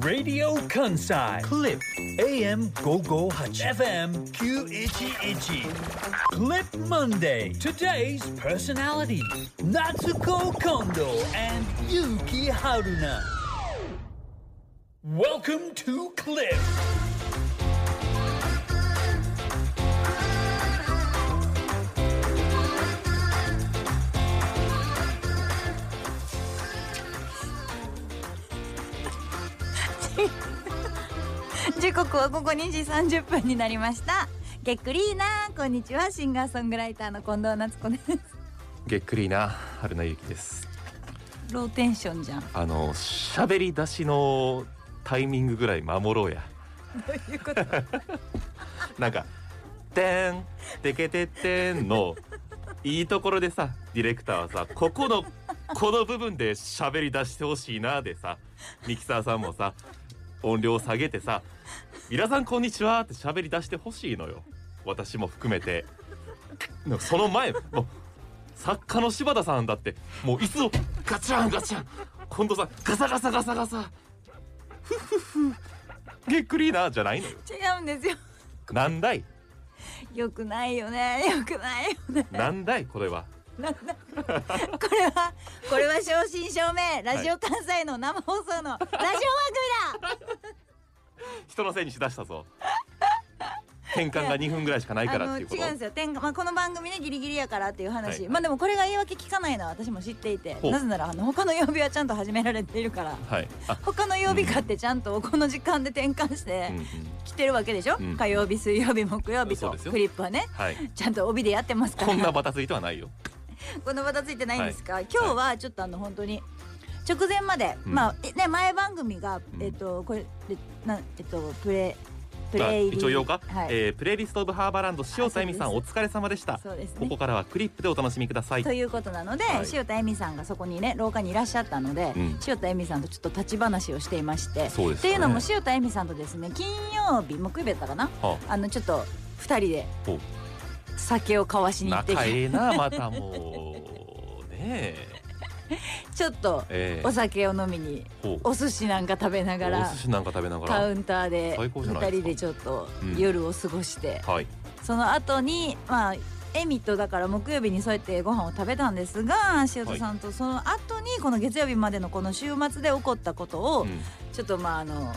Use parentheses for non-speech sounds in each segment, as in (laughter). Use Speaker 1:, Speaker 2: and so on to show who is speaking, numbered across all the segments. Speaker 1: Radio Kansai. Clip AM 558 FM 911. E Clip Monday. Today's personality Natsuko Kondo and Yuki Haruna. Welcome to Clip.
Speaker 2: 時刻は午後2時30分になりましたげっくりーなこんにちはシンガーソングライターの近藤夏子です
Speaker 3: げっくりな春名ゆきです
Speaker 2: ローテンションじゃんど
Speaker 3: あの喋り出しのタイミングぐらい守ろうや
Speaker 2: ういうこと (laughs)
Speaker 3: なんか「てんてけてってん」のいいところでさディレクターはさここのこの部分で喋り出してほしいなでさミキサーさんもさ音量下げてさ「皆さんこんにちは」って喋り出してほしいのよ私も含めてなんかその前もう作家の柴田さんだってもう椅子をガチャンガチャン近藤さんガサガサガサガサふっふっふげっくりなじゃないのよ
Speaker 2: 違うんですよ
Speaker 3: なんだい
Speaker 2: よくないよねよくないよね
Speaker 3: なんだいこれは
Speaker 2: これはこれは正真正銘ラジオ関西の生放送のラジオ番組だ
Speaker 3: 人のせいにしだしたぞ転換が2分ぐらいしかないか
Speaker 2: あ
Speaker 3: らっ
Speaker 2: の
Speaker 3: て
Speaker 2: 違
Speaker 3: いううこと
Speaker 2: んですよ天まあ、この番組ねギリギリやからっていう話、
Speaker 3: はい
Speaker 2: まあでもこれが言い訳聞かないのは私も知っていて
Speaker 3: ほう
Speaker 2: なぜならあの他の曜日はちゃんと始められているから
Speaker 3: はいあ
Speaker 2: 他の曜日かってちゃんとこの時間で転換して
Speaker 3: うんうん
Speaker 2: 来てるわけでしょ、
Speaker 3: うん
Speaker 2: 火曜日水曜日木曜日
Speaker 3: そう
Speaker 2: と
Speaker 3: ですよ
Speaker 2: フリップはね
Speaker 3: はい
Speaker 2: ちゃんと帯でやってますから
Speaker 3: こんなバタついてはないよ
Speaker 2: こんなバタついてないんですか、今日はちょっとあの本当に直前まで、
Speaker 3: うん
Speaker 2: まあえね前番組が、
Speaker 3: うん
Speaker 2: えっとこれでなえっとプレ (laughs) プ
Speaker 3: まあ
Speaker 2: レイリー
Speaker 3: 一応言おうか、
Speaker 2: はい、
Speaker 3: えープレイリストオブハーバーランド塩田恵美さんお疲れ様でした
Speaker 2: そうです
Speaker 3: こ
Speaker 2: ね
Speaker 3: こからはクリップでお楽しみください
Speaker 2: ということなので、
Speaker 3: はい
Speaker 2: 塩田恵美さんがそこにね廊下にいらっしゃったので、
Speaker 3: うん
Speaker 2: 塩田恵美さんとちょっと立ち話をしていまして
Speaker 3: そうで
Speaker 2: っ
Speaker 3: す
Speaker 2: て
Speaker 3: ね
Speaker 2: いうのも塩田恵美さんとですね金曜日木曜日だったかな
Speaker 3: は
Speaker 2: あのちょっと二人で
Speaker 3: ほう
Speaker 2: 酒を交わしに行ってき
Speaker 3: 仲
Speaker 2: て
Speaker 3: ええなまたも
Speaker 2: (laughs)
Speaker 3: うね
Speaker 2: ちょっと
Speaker 3: えええ
Speaker 2: お酒を飲みに
Speaker 3: ほう
Speaker 2: お寿司なんか食べながら
Speaker 3: お寿司なんか食べなが
Speaker 2: カ
Speaker 3: ら
Speaker 2: ウンターで
Speaker 3: 最高じゃない
Speaker 2: 2人
Speaker 3: ですか
Speaker 2: でちょっと
Speaker 3: うん
Speaker 2: 夜を過ごして、
Speaker 3: はい
Speaker 2: その後にまあエミとだから木曜日にそうやってご飯を食べたんですが塩田さんとその後にこの月曜日までのこの週末で起こったことを
Speaker 3: うん
Speaker 2: ちょっとまああの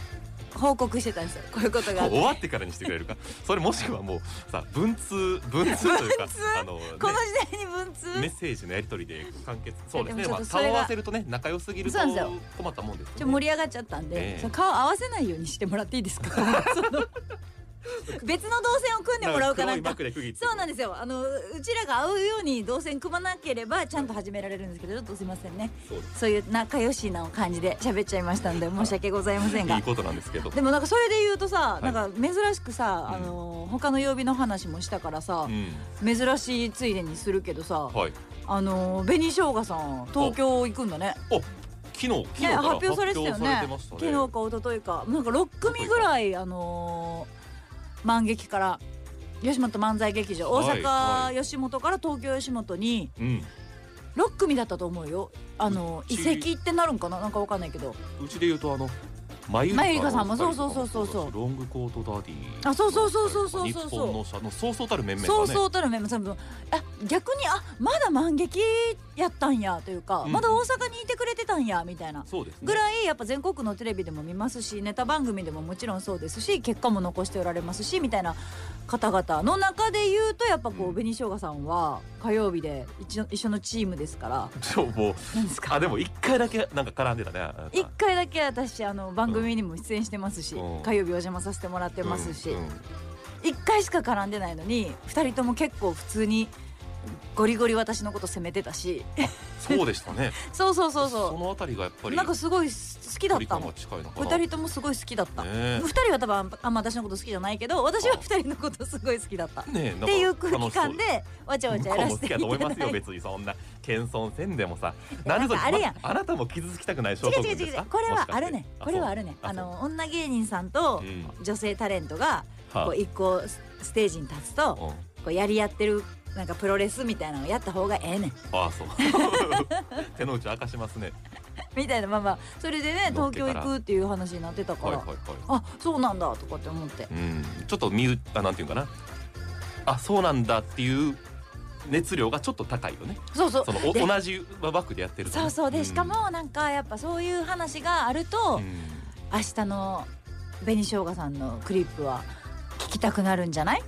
Speaker 2: 報告してたんですよこういうことがあって
Speaker 3: 終わってからにしてくれるかそれもしくはもうさ文通文通というかあの、ね、
Speaker 2: この時代に文通
Speaker 3: メッセージのやり取りで完結そうですね
Speaker 2: でもち
Speaker 3: ま
Speaker 2: ょ
Speaker 3: あ
Speaker 2: っとそれ
Speaker 3: 顔
Speaker 2: が
Speaker 3: 合わせるとね仲良すぎると
Speaker 2: そうなんですよ
Speaker 3: 困ったもんで
Speaker 2: ちょ
Speaker 3: すよ
Speaker 2: っと
Speaker 3: ね
Speaker 2: 盛り上がっちゃったんで、
Speaker 3: ええ
Speaker 2: その顔合わせないようにしてもらっていい
Speaker 3: (laughs)
Speaker 2: ですかその別の動線を組んでもらおうかなん
Speaker 3: か
Speaker 2: か
Speaker 3: 黒い幕で区切って
Speaker 2: そうなんですよあのうちらが会うように動線組まなければちゃんと始められるんですけどちょっとすいませんね
Speaker 3: そうです
Speaker 2: そういう仲良しな感じで喋っちゃいましたんで申し訳ございません
Speaker 3: い
Speaker 2: が
Speaker 3: いことなんですけど
Speaker 2: でもなんかそれで言うとさ、
Speaker 3: い
Speaker 2: なんか珍しくさ、あの他の曜日の話もしたからさ
Speaker 3: う、ん
Speaker 2: 珍しいついでにするけどさ
Speaker 3: はい
Speaker 2: あの紅生姜さん東京行くんだね
Speaker 3: お昨日昨日
Speaker 2: ね、
Speaker 3: から
Speaker 2: 発表されてたよね
Speaker 3: 発表されてました
Speaker 2: 昨日か一昨日かなんか6組ぐらいあのー、万劇から吉本漫才劇場
Speaker 3: は
Speaker 2: 大
Speaker 3: いは
Speaker 2: 阪吉本から東京吉本に
Speaker 3: うん
Speaker 2: 6組だったと思うよあの
Speaker 3: う
Speaker 2: 移
Speaker 3: ち
Speaker 2: 籍ってなるんかななんかわかんないけど
Speaker 3: うちで言うとあのマユリカ
Speaker 2: マユリカさんも
Speaker 3: のお二人
Speaker 2: そう
Speaker 3: とか
Speaker 2: そうそうそうそう
Speaker 3: ロングコートダディ
Speaker 2: あそうそうそうそうそうそう
Speaker 3: 日本の社のそうそうたる面々が
Speaker 2: そう
Speaker 3: ね
Speaker 2: そうたるメンバー多分あ逆にあまだ万劇やったんやというか、
Speaker 3: うん
Speaker 2: まだ大阪にいてくれてたんやみたいな
Speaker 3: そうですね
Speaker 2: ぐらいやっぱ全国のテレビでも見ますしネタ番組でももちろんそうですし結果も残しておられますしみたいな方々の中で言うとやっぱこ
Speaker 3: う
Speaker 2: うん紅しょうがさんは火曜日で一緒一緒のチームですから
Speaker 3: そうもう
Speaker 2: なんですか
Speaker 3: あでも一回だけなんか絡んでたねあなた
Speaker 2: 一回だけ私あの番組にも出演してますし、
Speaker 3: うん
Speaker 2: 火曜日お邪魔させてもらってますし、
Speaker 3: うんうん
Speaker 2: 一回しか絡んでないのに二人とも結構普通にゴリゴリ私のこと責めてたし
Speaker 3: そうでしたね
Speaker 2: そうそうそう
Speaker 3: そ
Speaker 2: そ
Speaker 3: のあたりがやっぱ
Speaker 2: う
Speaker 3: り
Speaker 2: なんかすごい好きだっ
Speaker 3: 距離
Speaker 2: た
Speaker 3: 感
Speaker 2: の
Speaker 3: が近いのかな
Speaker 2: 二人ともすごい好きだった。
Speaker 3: ね
Speaker 2: 二人は多分あんあんま私のこと好きじゃないけど私は二人のことすごい好きだったっ
Speaker 3: えねえなんか
Speaker 2: ていう空気感
Speaker 3: 楽し
Speaker 2: でわちゃ
Speaker 3: そう
Speaker 2: わちゃやらせてい
Speaker 3: 向
Speaker 2: た
Speaker 3: こうも好きだと思い
Speaker 2: だ
Speaker 3: ますよ
Speaker 2: いて
Speaker 3: 別にそんな謙遜せんでもさなんでそ
Speaker 2: なんかあるやん
Speaker 3: まあなたも傷つきたくない証
Speaker 2: 違
Speaker 3: 拠
Speaker 2: う違う
Speaker 3: です
Speaker 2: 違う違
Speaker 3: か
Speaker 2: うこれはあるねこれはあ
Speaker 3: る
Speaker 2: るね
Speaker 3: あ
Speaker 2: あ
Speaker 3: そう
Speaker 2: の女芸人さんと
Speaker 3: うん
Speaker 2: 女性タレントがこ
Speaker 3: は
Speaker 2: う一個スステージに立つと
Speaker 3: うん
Speaker 2: こうやり合ってるなんか
Speaker 3: (laughs)
Speaker 2: プロレスみたいなのをやった方がええねん
Speaker 3: ああそう手の内明かしますね
Speaker 2: みたいなまあまあそれでね
Speaker 3: 乗っ
Speaker 2: 東
Speaker 3: てか
Speaker 2: 京
Speaker 3: ら
Speaker 2: 行くっていう話になってたか
Speaker 3: はい
Speaker 2: ら、
Speaker 3: はいはい
Speaker 2: あそうなんだとかって思って
Speaker 3: うん、ちょっと見うあなんていうかなあそうなんだっていう熱量がちょっと高いよね
Speaker 2: そうそう
Speaker 3: そのお
Speaker 2: で
Speaker 3: 同じバックでやってるとね、
Speaker 2: そうそうで
Speaker 3: ん
Speaker 2: しか、もなんかやっぱそういう話があると、
Speaker 3: うん
Speaker 2: 明日の紅生姜さんのクリップは聞きたくなるんじゃない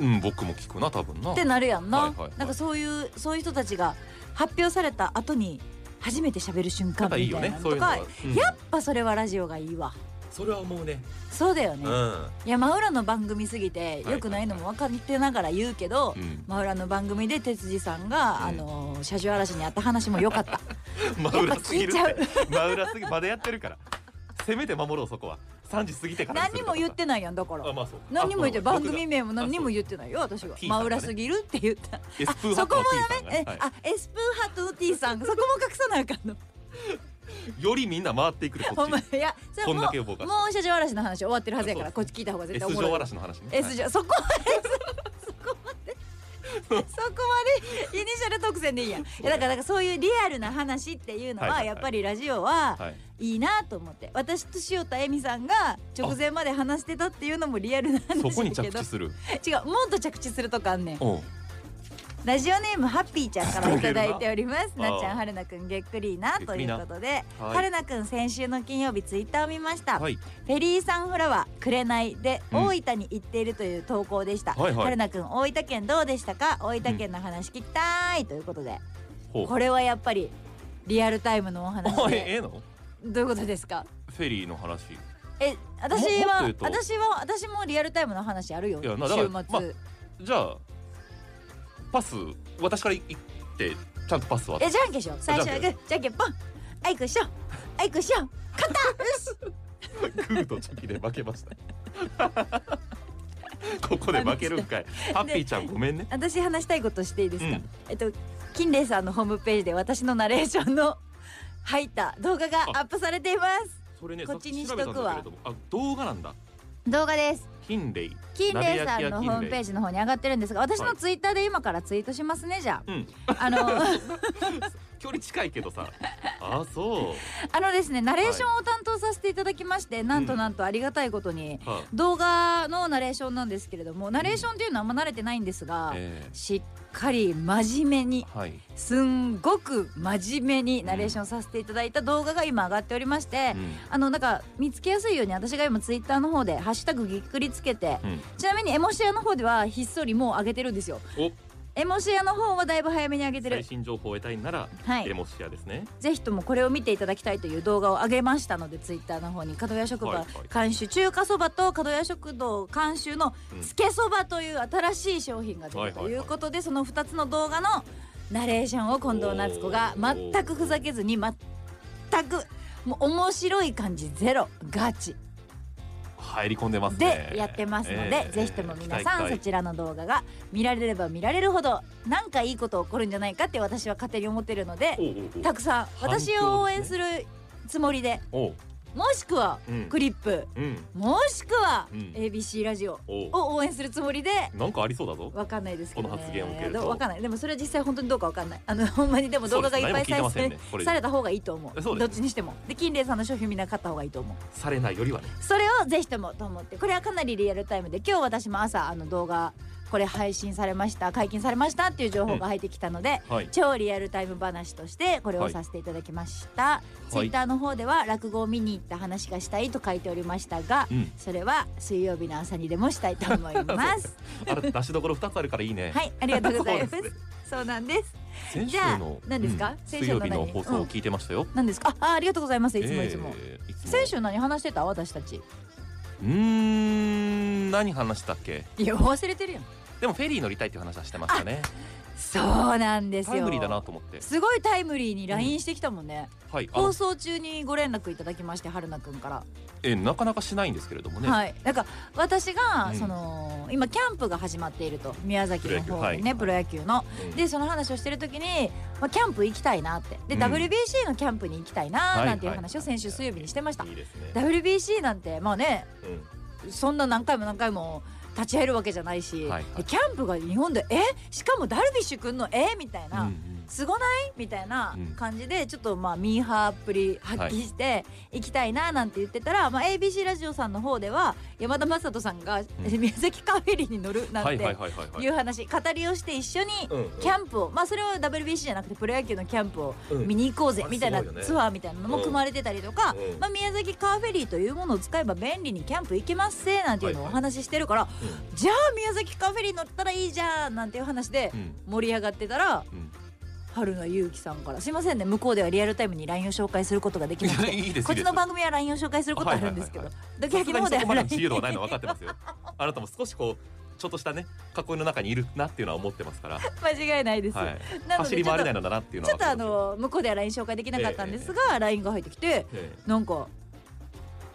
Speaker 3: うん、僕も聞くな多分な
Speaker 2: ってなるやんな、
Speaker 3: はいはいはい
Speaker 2: なんかそういうそういう人たちが発表された後に初めて喋る瞬
Speaker 3: や
Speaker 2: 間
Speaker 3: っぱいい
Speaker 2: み
Speaker 3: よ
Speaker 2: たい
Speaker 3: ね
Speaker 2: なの
Speaker 3: そうい
Speaker 2: と
Speaker 3: うの
Speaker 2: か
Speaker 3: は、うん
Speaker 2: やっぱそれはラジオがいいわ
Speaker 3: それは思うね
Speaker 2: そうだよね、
Speaker 3: うん、
Speaker 2: いや真裏の番組すぎて
Speaker 3: はい
Speaker 2: 良くないのも分かってながら言うけど、
Speaker 3: うん、
Speaker 2: 真裏の番組で哲司さんが、
Speaker 3: うん
Speaker 2: あの車上荒らしにあった話も良
Speaker 3: (laughs)
Speaker 2: かった
Speaker 3: 真裏すぎる
Speaker 2: やっぱ聞い
Speaker 3: 真裏すぎまだやってるからせめて守ろうそこは3時過ぎてから
Speaker 2: 何にも言ってないやんだから
Speaker 3: あまあそう
Speaker 2: 何にも言って
Speaker 3: あまあ
Speaker 2: 番
Speaker 3: 僕が
Speaker 2: 組名も何にも言ってないよ私は
Speaker 3: そう T
Speaker 2: 真
Speaker 3: さんがね
Speaker 2: 裏すぎるって言った
Speaker 3: エスプーハ
Speaker 2: そ
Speaker 3: ット
Speaker 2: こも
Speaker 3: の T さんが
Speaker 2: え
Speaker 3: ね、はい
Speaker 2: あエスプーハットの T さんそこも隠さなあかんの
Speaker 3: よりみんな回っていくでこ
Speaker 2: ほ
Speaker 3: っ
Speaker 2: ん
Speaker 3: ち
Speaker 2: まいやそれ
Speaker 3: こん
Speaker 2: も
Speaker 3: だ
Speaker 2: う
Speaker 3: け
Speaker 2: も
Speaker 3: 動かす
Speaker 2: う車上荒らしの話終わってるはずやから
Speaker 3: あ
Speaker 2: こ
Speaker 3: そ
Speaker 2: っ
Speaker 3: う
Speaker 2: ち聞いた方が絶
Speaker 3: S
Speaker 2: 対おも
Speaker 3: 上
Speaker 2: ろい
Speaker 3: 嵐の話ね
Speaker 2: S
Speaker 3: はい
Speaker 2: 上そこまでそこまでそこまでイニシャル特選でいいやんいやだからだからそういうリアルな話っていうの
Speaker 3: はいは
Speaker 2: は
Speaker 3: いはい
Speaker 2: やっぱりラジオは
Speaker 3: はい
Speaker 2: いいなと思って私と塩田恵美さんが直前まで話してたっていうのもリアルな話
Speaker 3: そこに
Speaker 2: だ
Speaker 3: 着
Speaker 2: けど
Speaker 3: 地する
Speaker 2: (laughs) 違うもっと着地するとかあんねん
Speaker 3: おう
Speaker 2: ラジオネームハッピーちゃんからいただいております
Speaker 3: あー
Speaker 2: なっちゃんはるなくんげっくりな
Speaker 3: げっ
Speaker 2: と
Speaker 3: く
Speaker 2: い
Speaker 3: りな
Speaker 2: うことで
Speaker 3: はい
Speaker 2: はるなくん先週の金曜日ツイッターを見ました
Speaker 3: はい
Speaker 2: フェリーサンフラワー紅で
Speaker 3: うん
Speaker 2: 大分に行っているという投稿でした、
Speaker 3: はいはい
Speaker 2: 春菜くん大分県どうでしたか大分県の話聞きたいということで、
Speaker 3: ほう
Speaker 2: これはやっぱりリアルタイムのお話
Speaker 3: おい
Speaker 2: で
Speaker 3: ええの
Speaker 2: どういうことですか
Speaker 3: フェリーの話い
Speaker 2: え私
Speaker 3: もも
Speaker 2: は
Speaker 3: っと言うと
Speaker 2: 私は私もリアルタイムの話あるよ
Speaker 3: い
Speaker 2: 週
Speaker 3: やなだから
Speaker 2: 末、
Speaker 3: まあじゃあパス私からい行ってちゃんとパスは
Speaker 2: えじゃんけんしよう最初はグーじゃんけんぽんあいこしょあいこしょ勝ったよし
Speaker 3: グーとチョキで負けました (laughs) ここで負けるんかいハッピーちゃんごめんね
Speaker 2: 私話したいことしていいですか、
Speaker 3: うん
Speaker 2: えっと金玲さんのホームページで私のナレーションの入った動画がアップされています
Speaker 3: それね
Speaker 2: こっち
Speaker 3: さ
Speaker 2: に
Speaker 3: 調
Speaker 2: し
Speaker 3: べ
Speaker 2: と
Speaker 3: たん
Speaker 2: く
Speaker 3: だけ
Speaker 2: わ
Speaker 3: れどもあ動画なんだ
Speaker 2: 動画です
Speaker 3: 金レイ
Speaker 2: 金玲さんのホームペー
Speaker 3: ジ
Speaker 2: ジの方に上がってるんですが私
Speaker 3: は
Speaker 2: の
Speaker 3: い
Speaker 2: ツイッターで今からツイートしますねじゃ
Speaker 3: うん
Speaker 2: あ、あの
Speaker 3: 距離近いけ
Speaker 2: (laughs)
Speaker 3: どさあそ
Speaker 2: あのですねナレーションを担当させていただきまして、なんとなんとありがたいことに
Speaker 3: う、は
Speaker 2: 動画のナレーションなんですけれどもナレーションっていうのはあんま慣れてないんですが、
Speaker 3: え
Speaker 2: しっかり真面目に
Speaker 3: ーはい、
Speaker 2: すんごく真面目にナレーションさせていただいた動画が今上がっておりまして、
Speaker 3: うん
Speaker 2: あのなんか見つけやすいように私が今ツイッターの方で「ハッシュタグぎっくり」つけて、
Speaker 3: うん
Speaker 2: ちなみにエモシアの方ではひっそりもう上げてるんですよ
Speaker 3: お
Speaker 2: エモシアの方はだいぶ早めに上げてる
Speaker 3: 最新情報を得たいなら、
Speaker 2: は
Speaker 3: エ
Speaker 2: い
Speaker 3: モシアですね
Speaker 2: ぜひともこれを見ていただきたいという動画を上げましたのでツイッターの方に角屋食
Speaker 3: はいは
Speaker 2: 堂
Speaker 3: い
Speaker 2: 監修中華そばと角屋食堂監修の
Speaker 3: うん
Speaker 2: つけそばという新しい商品が出
Speaker 3: は
Speaker 2: る
Speaker 3: いはいは
Speaker 2: と
Speaker 3: い
Speaker 2: いうことでその2つの動画のナレーションを近藤夏子が全くふざけずに全くもう面白い感じゼロガチ
Speaker 3: 入り込んでますね
Speaker 2: でやってますので、
Speaker 3: えー
Speaker 2: ぜひとも皆さ
Speaker 3: 期
Speaker 2: ん
Speaker 3: 待
Speaker 2: そ
Speaker 3: 期
Speaker 2: ちらの動画が見られれば見られるほどなんかいいこと起こるんじゃないかって私は勝手に思ってるので
Speaker 3: 待おうおうおう
Speaker 2: たくさん私を応援するつもりで
Speaker 3: おう
Speaker 2: もしくは
Speaker 3: うん
Speaker 2: クリップ
Speaker 3: うん
Speaker 2: もしくは
Speaker 3: うん
Speaker 2: ABC ラジオ
Speaker 3: おう
Speaker 2: を応援するつもりで
Speaker 3: なんかありそうだぞ
Speaker 2: わかんないですけどね。
Speaker 3: この発言を受けると
Speaker 2: どうわかんない。でもそれは実際本当にどうかわかんない。あの (laughs) ほんまにでも動画がいっぱい
Speaker 3: そ
Speaker 2: 再
Speaker 3: うです何も聞い
Speaker 2: 生
Speaker 3: てませんねこれ
Speaker 2: された方がいいと思う。
Speaker 3: そうですね
Speaker 2: どっちにしても。で金玲さんの商品みんな買った方がいいと思う。
Speaker 3: されないよりはね
Speaker 2: それをぜひともと思ってこれはかなりリアルタイムで今日私も朝あの動画これ配信されました解禁されましたっていう情報が入ってきたので、
Speaker 3: はい
Speaker 2: 超リアルタイム話としてこれをさせていただきました、
Speaker 3: い
Speaker 2: ツイッターの方では落語を見に行った話がしたいと書いておりましたが、
Speaker 3: うん
Speaker 2: それは水曜日の朝にでもしたいと思いま
Speaker 3: (laughs) そう
Speaker 2: す
Speaker 3: あれ出しどころ二つあるからいいね
Speaker 2: はいありがとうございます
Speaker 3: そうですね
Speaker 2: そうなんです
Speaker 3: 先週
Speaker 2: じゃあ
Speaker 3: の
Speaker 2: 何ですか
Speaker 3: うん
Speaker 2: 先
Speaker 3: 水
Speaker 2: 週の
Speaker 3: 曜
Speaker 2: 何
Speaker 3: 日の放送を聞いてましたよ、
Speaker 2: 何ですかああありがとうございますいつもいつも、
Speaker 3: えーいつも
Speaker 2: 先週何話してた私たち
Speaker 3: うーん何話したっけ
Speaker 2: いや忘れてるやん
Speaker 3: でもフェリー乗りたいっていう話はしてましたね
Speaker 2: そうなんですよ
Speaker 3: タイムリーだなと思って
Speaker 2: すごいタイムリーに LINE してきたもんね、
Speaker 3: はいあ
Speaker 2: 放
Speaker 3: の
Speaker 2: 送中にご連絡いただきまして春菜くんから、
Speaker 3: えーなかなかしないんですけれどもね、
Speaker 2: はいなんか私が、
Speaker 3: うん
Speaker 2: その今キャンプが始まっていると宮崎の方でねプ
Speaker 3: プ
Speaker 2: ロ
Speaker 3: ロ
Speaker 2: 野球の
Speaker 3: うん
Speaker 2: でその話をしてる時に、まあ、キャンプ行きたいなってで、
Speaker 3: うん
Speaker 2: WBC のキャンプに行きたいななんていう
Speaker 3: はいはい
Speaker 2: 話
Speaker 3: は
Speaker 2: を
Speaker 3: い
Speaker 2: 先週水曜日にしてました、
Speaker 3: いいですね、
Speaker 2: WBC なんてまあね
Speaker 3: うん
Speaker 2: そんな何回も何回も立ち会えるわけじゃないし、
Speaker 3: はいはい
Speaker 2: でキャンプが日本でえしかもダルビッシュくんのえみたいな、
Speaker 3: うんうん
Speaker 2: すごないみたいな
Speaker 3: うん
Speaker 2: 感じでちょっとまあミーハーっぷり発揮して行きたいななんて言ってたら、まあ、ABC ラジオさんの方では山田雅人さんが (laughs) 宮崎カフェリーに乗るなん
Speaker 3: はい
Speaker 2: て
Speaker 3: はいはいはいはい
Speaker 2: いう話語りをして一緒に
Speaker 3: うんうん
Speaker 2: キャンプをまあそれは WBC じゃなくてプロ野球のキャンプを
Speaker 3: うん
Speaker 2: 見に行こうぜみたいな
Speaker 3: あすごいよね
Speaker 2: ツアーみたいなのも組まれてたりとか
Speaker 3: うんうん
Speaker 2: まあ宮崎カーフェリーというものを使えば便利にキャンプ行けますせなんていうのをお
Speaker 3: はい
Speaker 2: 話ししてるから
Speaker 3: う
Speaker 2: じゃあ宮崎カーフェリー乗ったらいいじゃんなんていう話で
Speaker 3: うん
Speaker 2: 盛り上がってたら
Speaker 3: うん
Speaker 2: 春野ゆうきさんから「すいませんね向こうではリアルタイムに LINE を紹介することができなく
Speaker 3: いやいいで
Speaker 2: て
Speaker 3: す
Speaker 2: こっち
Speaker 3: いいで
Speaker 2: の
Speaker 3: す
Speaker 2: 番組は LINE を紹介することあるんですけど
Speaker 3: はい
Speaker 2: ドキ
Speaker 3: さ
Speaker 2: ド
Speaker 3: す
Speaker 2: キ
Speaker 3: が
Speaker 2: の方
Speaker 3: にそ
Speaker 2: で
Speaker 3: こ
Speaker 2: は
Speaker 3: まで
Speaker 2: LINE
Speaker 3: の自由度はないの分かってますよあなたも少しこうちょっとしたね囲いの中にいるなっていうのは思ってますから、
Speaker 2: 間違いないですよ
Speaker 3: はい、
Speaker 2: なの
Speaker 3: 走
Speaker 2: で
Speaker 3: り
Speaker 2: ちょ
Speaker 3: 回
Speaker 2: っ
Speaker 3: れない
Speaker 2: と
Speaker 3: のだなっていうの
Speaker 2: ちょ
Speaker 3: は
Speaker 2: っとあ
Speaker 3: 分かります
Speaker 2: の
Speaker 3: よ
Speaker 2: 向こうでは LINE 紹介できなかったんですが LINE が入ってきて
Speaker 3: え
Speaker 2: なんか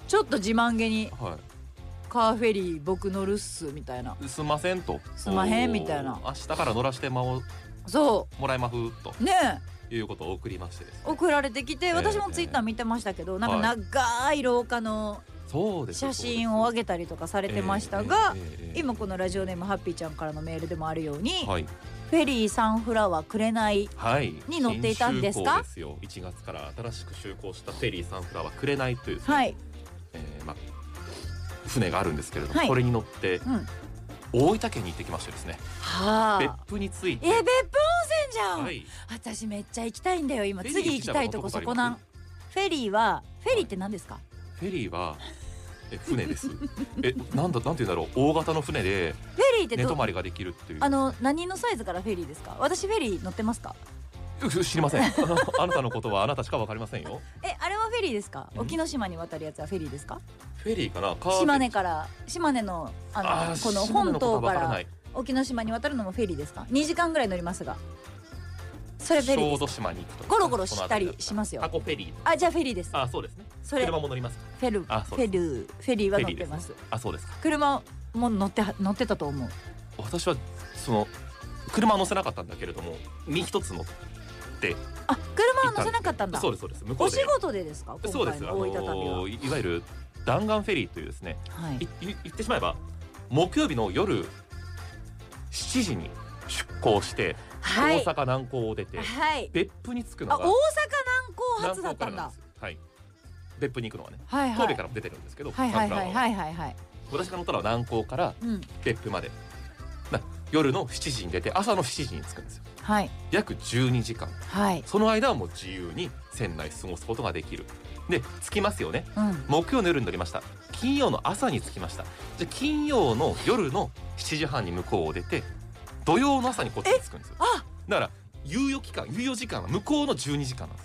Speaker 2: ちょっと自慢げに
Speaker 3: えはい
Speaker 2: 「カーフェリー僕乗るっす」みたいな
Speaker 3: すんませんと
Speaker 2: すんまへんみたいな
Speaker 3: 明日から乗らしてまお
Speaker 2: そ
Speaker 3: もらいまふと
Speaker 2: うねえ
Speaker 3: いうことを送りましてですね
Speaker 2: 送られてきて
Speaker 3: え
Speaker 2: 私もツイッター見てましたけどなんか
Speaker 3: は
Speaker 2: 長
Speaker 3: い
Speaker 2: い廊下の
Speaker 3: そうです
Speaker 2: 写真を上
Speaker 3: げ
Speaker 2: げたりとかされてましたが今こ
Speaker 3: の
Speaker 2: のラジオネームハッピーちゃんからのメールでもあるように
Speaker 3: はい
Speaker 2: 「フェリーサンフラワーくれない
Speaker 3: はい
Speaker 2: に乗っていたんですか
Speaker 3: 新就航ですよ1月から新しく就航したフェリーサンフラワーくれないという」ですね、
Speaker 2: はい
Speaker 3: えーまあ、船があるんですけれども、
Speaker 2: はい
Speaker 3: これに乗って
Speaker 2: うん
Speaker 3: 大分県に行ってきましてですね
Speaker 2: は
Speaker 3: 別
Speaker 2: あ
Speaker 3: 府について
Speaker 2: え別府温泉じゃん、
Speaker 3: はい
Speaker 2: 私めっちゃ行きたいんだよ今
Speaker 3: フェリー
Speaker 2: 次行きたいとこそこなん
Speaker 3: 行き
Speaker 2: フェリーはフェリーって何ですか、
Speaker 3: フェリーはえ船ですえなんだなんて言うんだろう大型の船で
Speaker 2: フェリーって
Speaker 3: 寝
Speaker 2: ど
Speaker 3: 泊まりができるっていう
Speaker 2: あの何のサイズからフェリーですか私フェリー乗ってますか
Speaker 3: 知りませんあのあなたのことはあなたしかわかりませんよ
Speaker 2: えあれはフェリーですか
Speaker 3: うん
Speaker 2: 沖ノ島に渡るやつはフェリーですか
Speaker 3: フェリーかなカー
Speaker 2: 島根から島根のあの
Speaker 3: ー
Speaker 2: この
Speaker 3: 島根
Speaker 2: 本島
Speaker 3: こと
Speaker 2: か
Speaker 3: はわ
Speaker 2: ら
Speaker 3: ない
Speaker 2: 沖ノ島に渡るのもフェリーですか2時間ぐらい乗りますがそれフェリーで
Speaker 3: 小
Speaker 2: すか
Speaker 3: 豆島に行くとか
Speaker 2: ゴロゴロしたりしますよ
Speaker 3: タコフェリー
Speaker 2: あじゃあフェリーです
Speaker 3: あそうですね
Speaker 2: それフ
Speaker 3: 車も乗りますか
Speaker 2: ェルフ
Speaker 3: あそうで
Speaker 2: ェルフェリーは乗ってます
Speaker 3: フェリーですねあそうですか
Speaker 2: 車も乗っては乗ってたと思う
Speaker 3: 私はその車は乗せなかったんだけれども身一つ乗って
Speaker 2: あ車は乗せなかったんだ
Speaker 3: そうですそうです向こ
Speaker 2: お
Speaker 3: うで
Speaker 2: 仕事でですか
Speaker 3: そう
Speaker 2: 今
Speaker 3: で
Speaker 2: 回
Speaker 3: すあ
Speaker 2: の大分旅は
Speaker 3: のいわゆる弾丸フェリーというですね
Speaker 2: はい
Speaker 3: いい言ってしまえば木曜日の夜7時に出港して、
Speaker 2: はい
Speaker 3: 大阪南港を出て
Speaker 2: はい
Speaker 3: 別府に着く
Speaker 2: あ大
Speaker 3: の
Speaker 2: 阪
Speaker 3: が
Speaker 2: 南港
Speaker 3: 南
Speaker 2: 発だった
Speaker 3: 港から
Speaker 2: ん
Speaker 3: なん
Speaker 2: だ
Speaker 3: ですはい別府に行くのはね
Speaker 2: はいはい
Speaker 3: 神戸からも出てるんですけど、
Speaker 2: はいはいはい
Speaker 3: サンフラワーは
Speaker 2: はいはいはい
Speaker 3: 私が乗ったのは南港から
Speaker 2: うん
Speaker 3: 別府までな夜の7時に出て朝の7時に着くんですよ
Speaker 2: はい
Speaker 3: 約12時間
Speaker 2: はい
Speaker 3: その間はもう自由に船内過ごすことができるで着きますよね
Speaker 2: うん
Speaker 3: 木曜の夜に乗りました金曜の朝に着きましたじゃあ金曜の夜の7時半に向こうを出て土曜の朝にこっちに着くんですよ
Speaker 2: あ
Speaker 3: だから猶予期間猶予時間は向こうの12時間なんで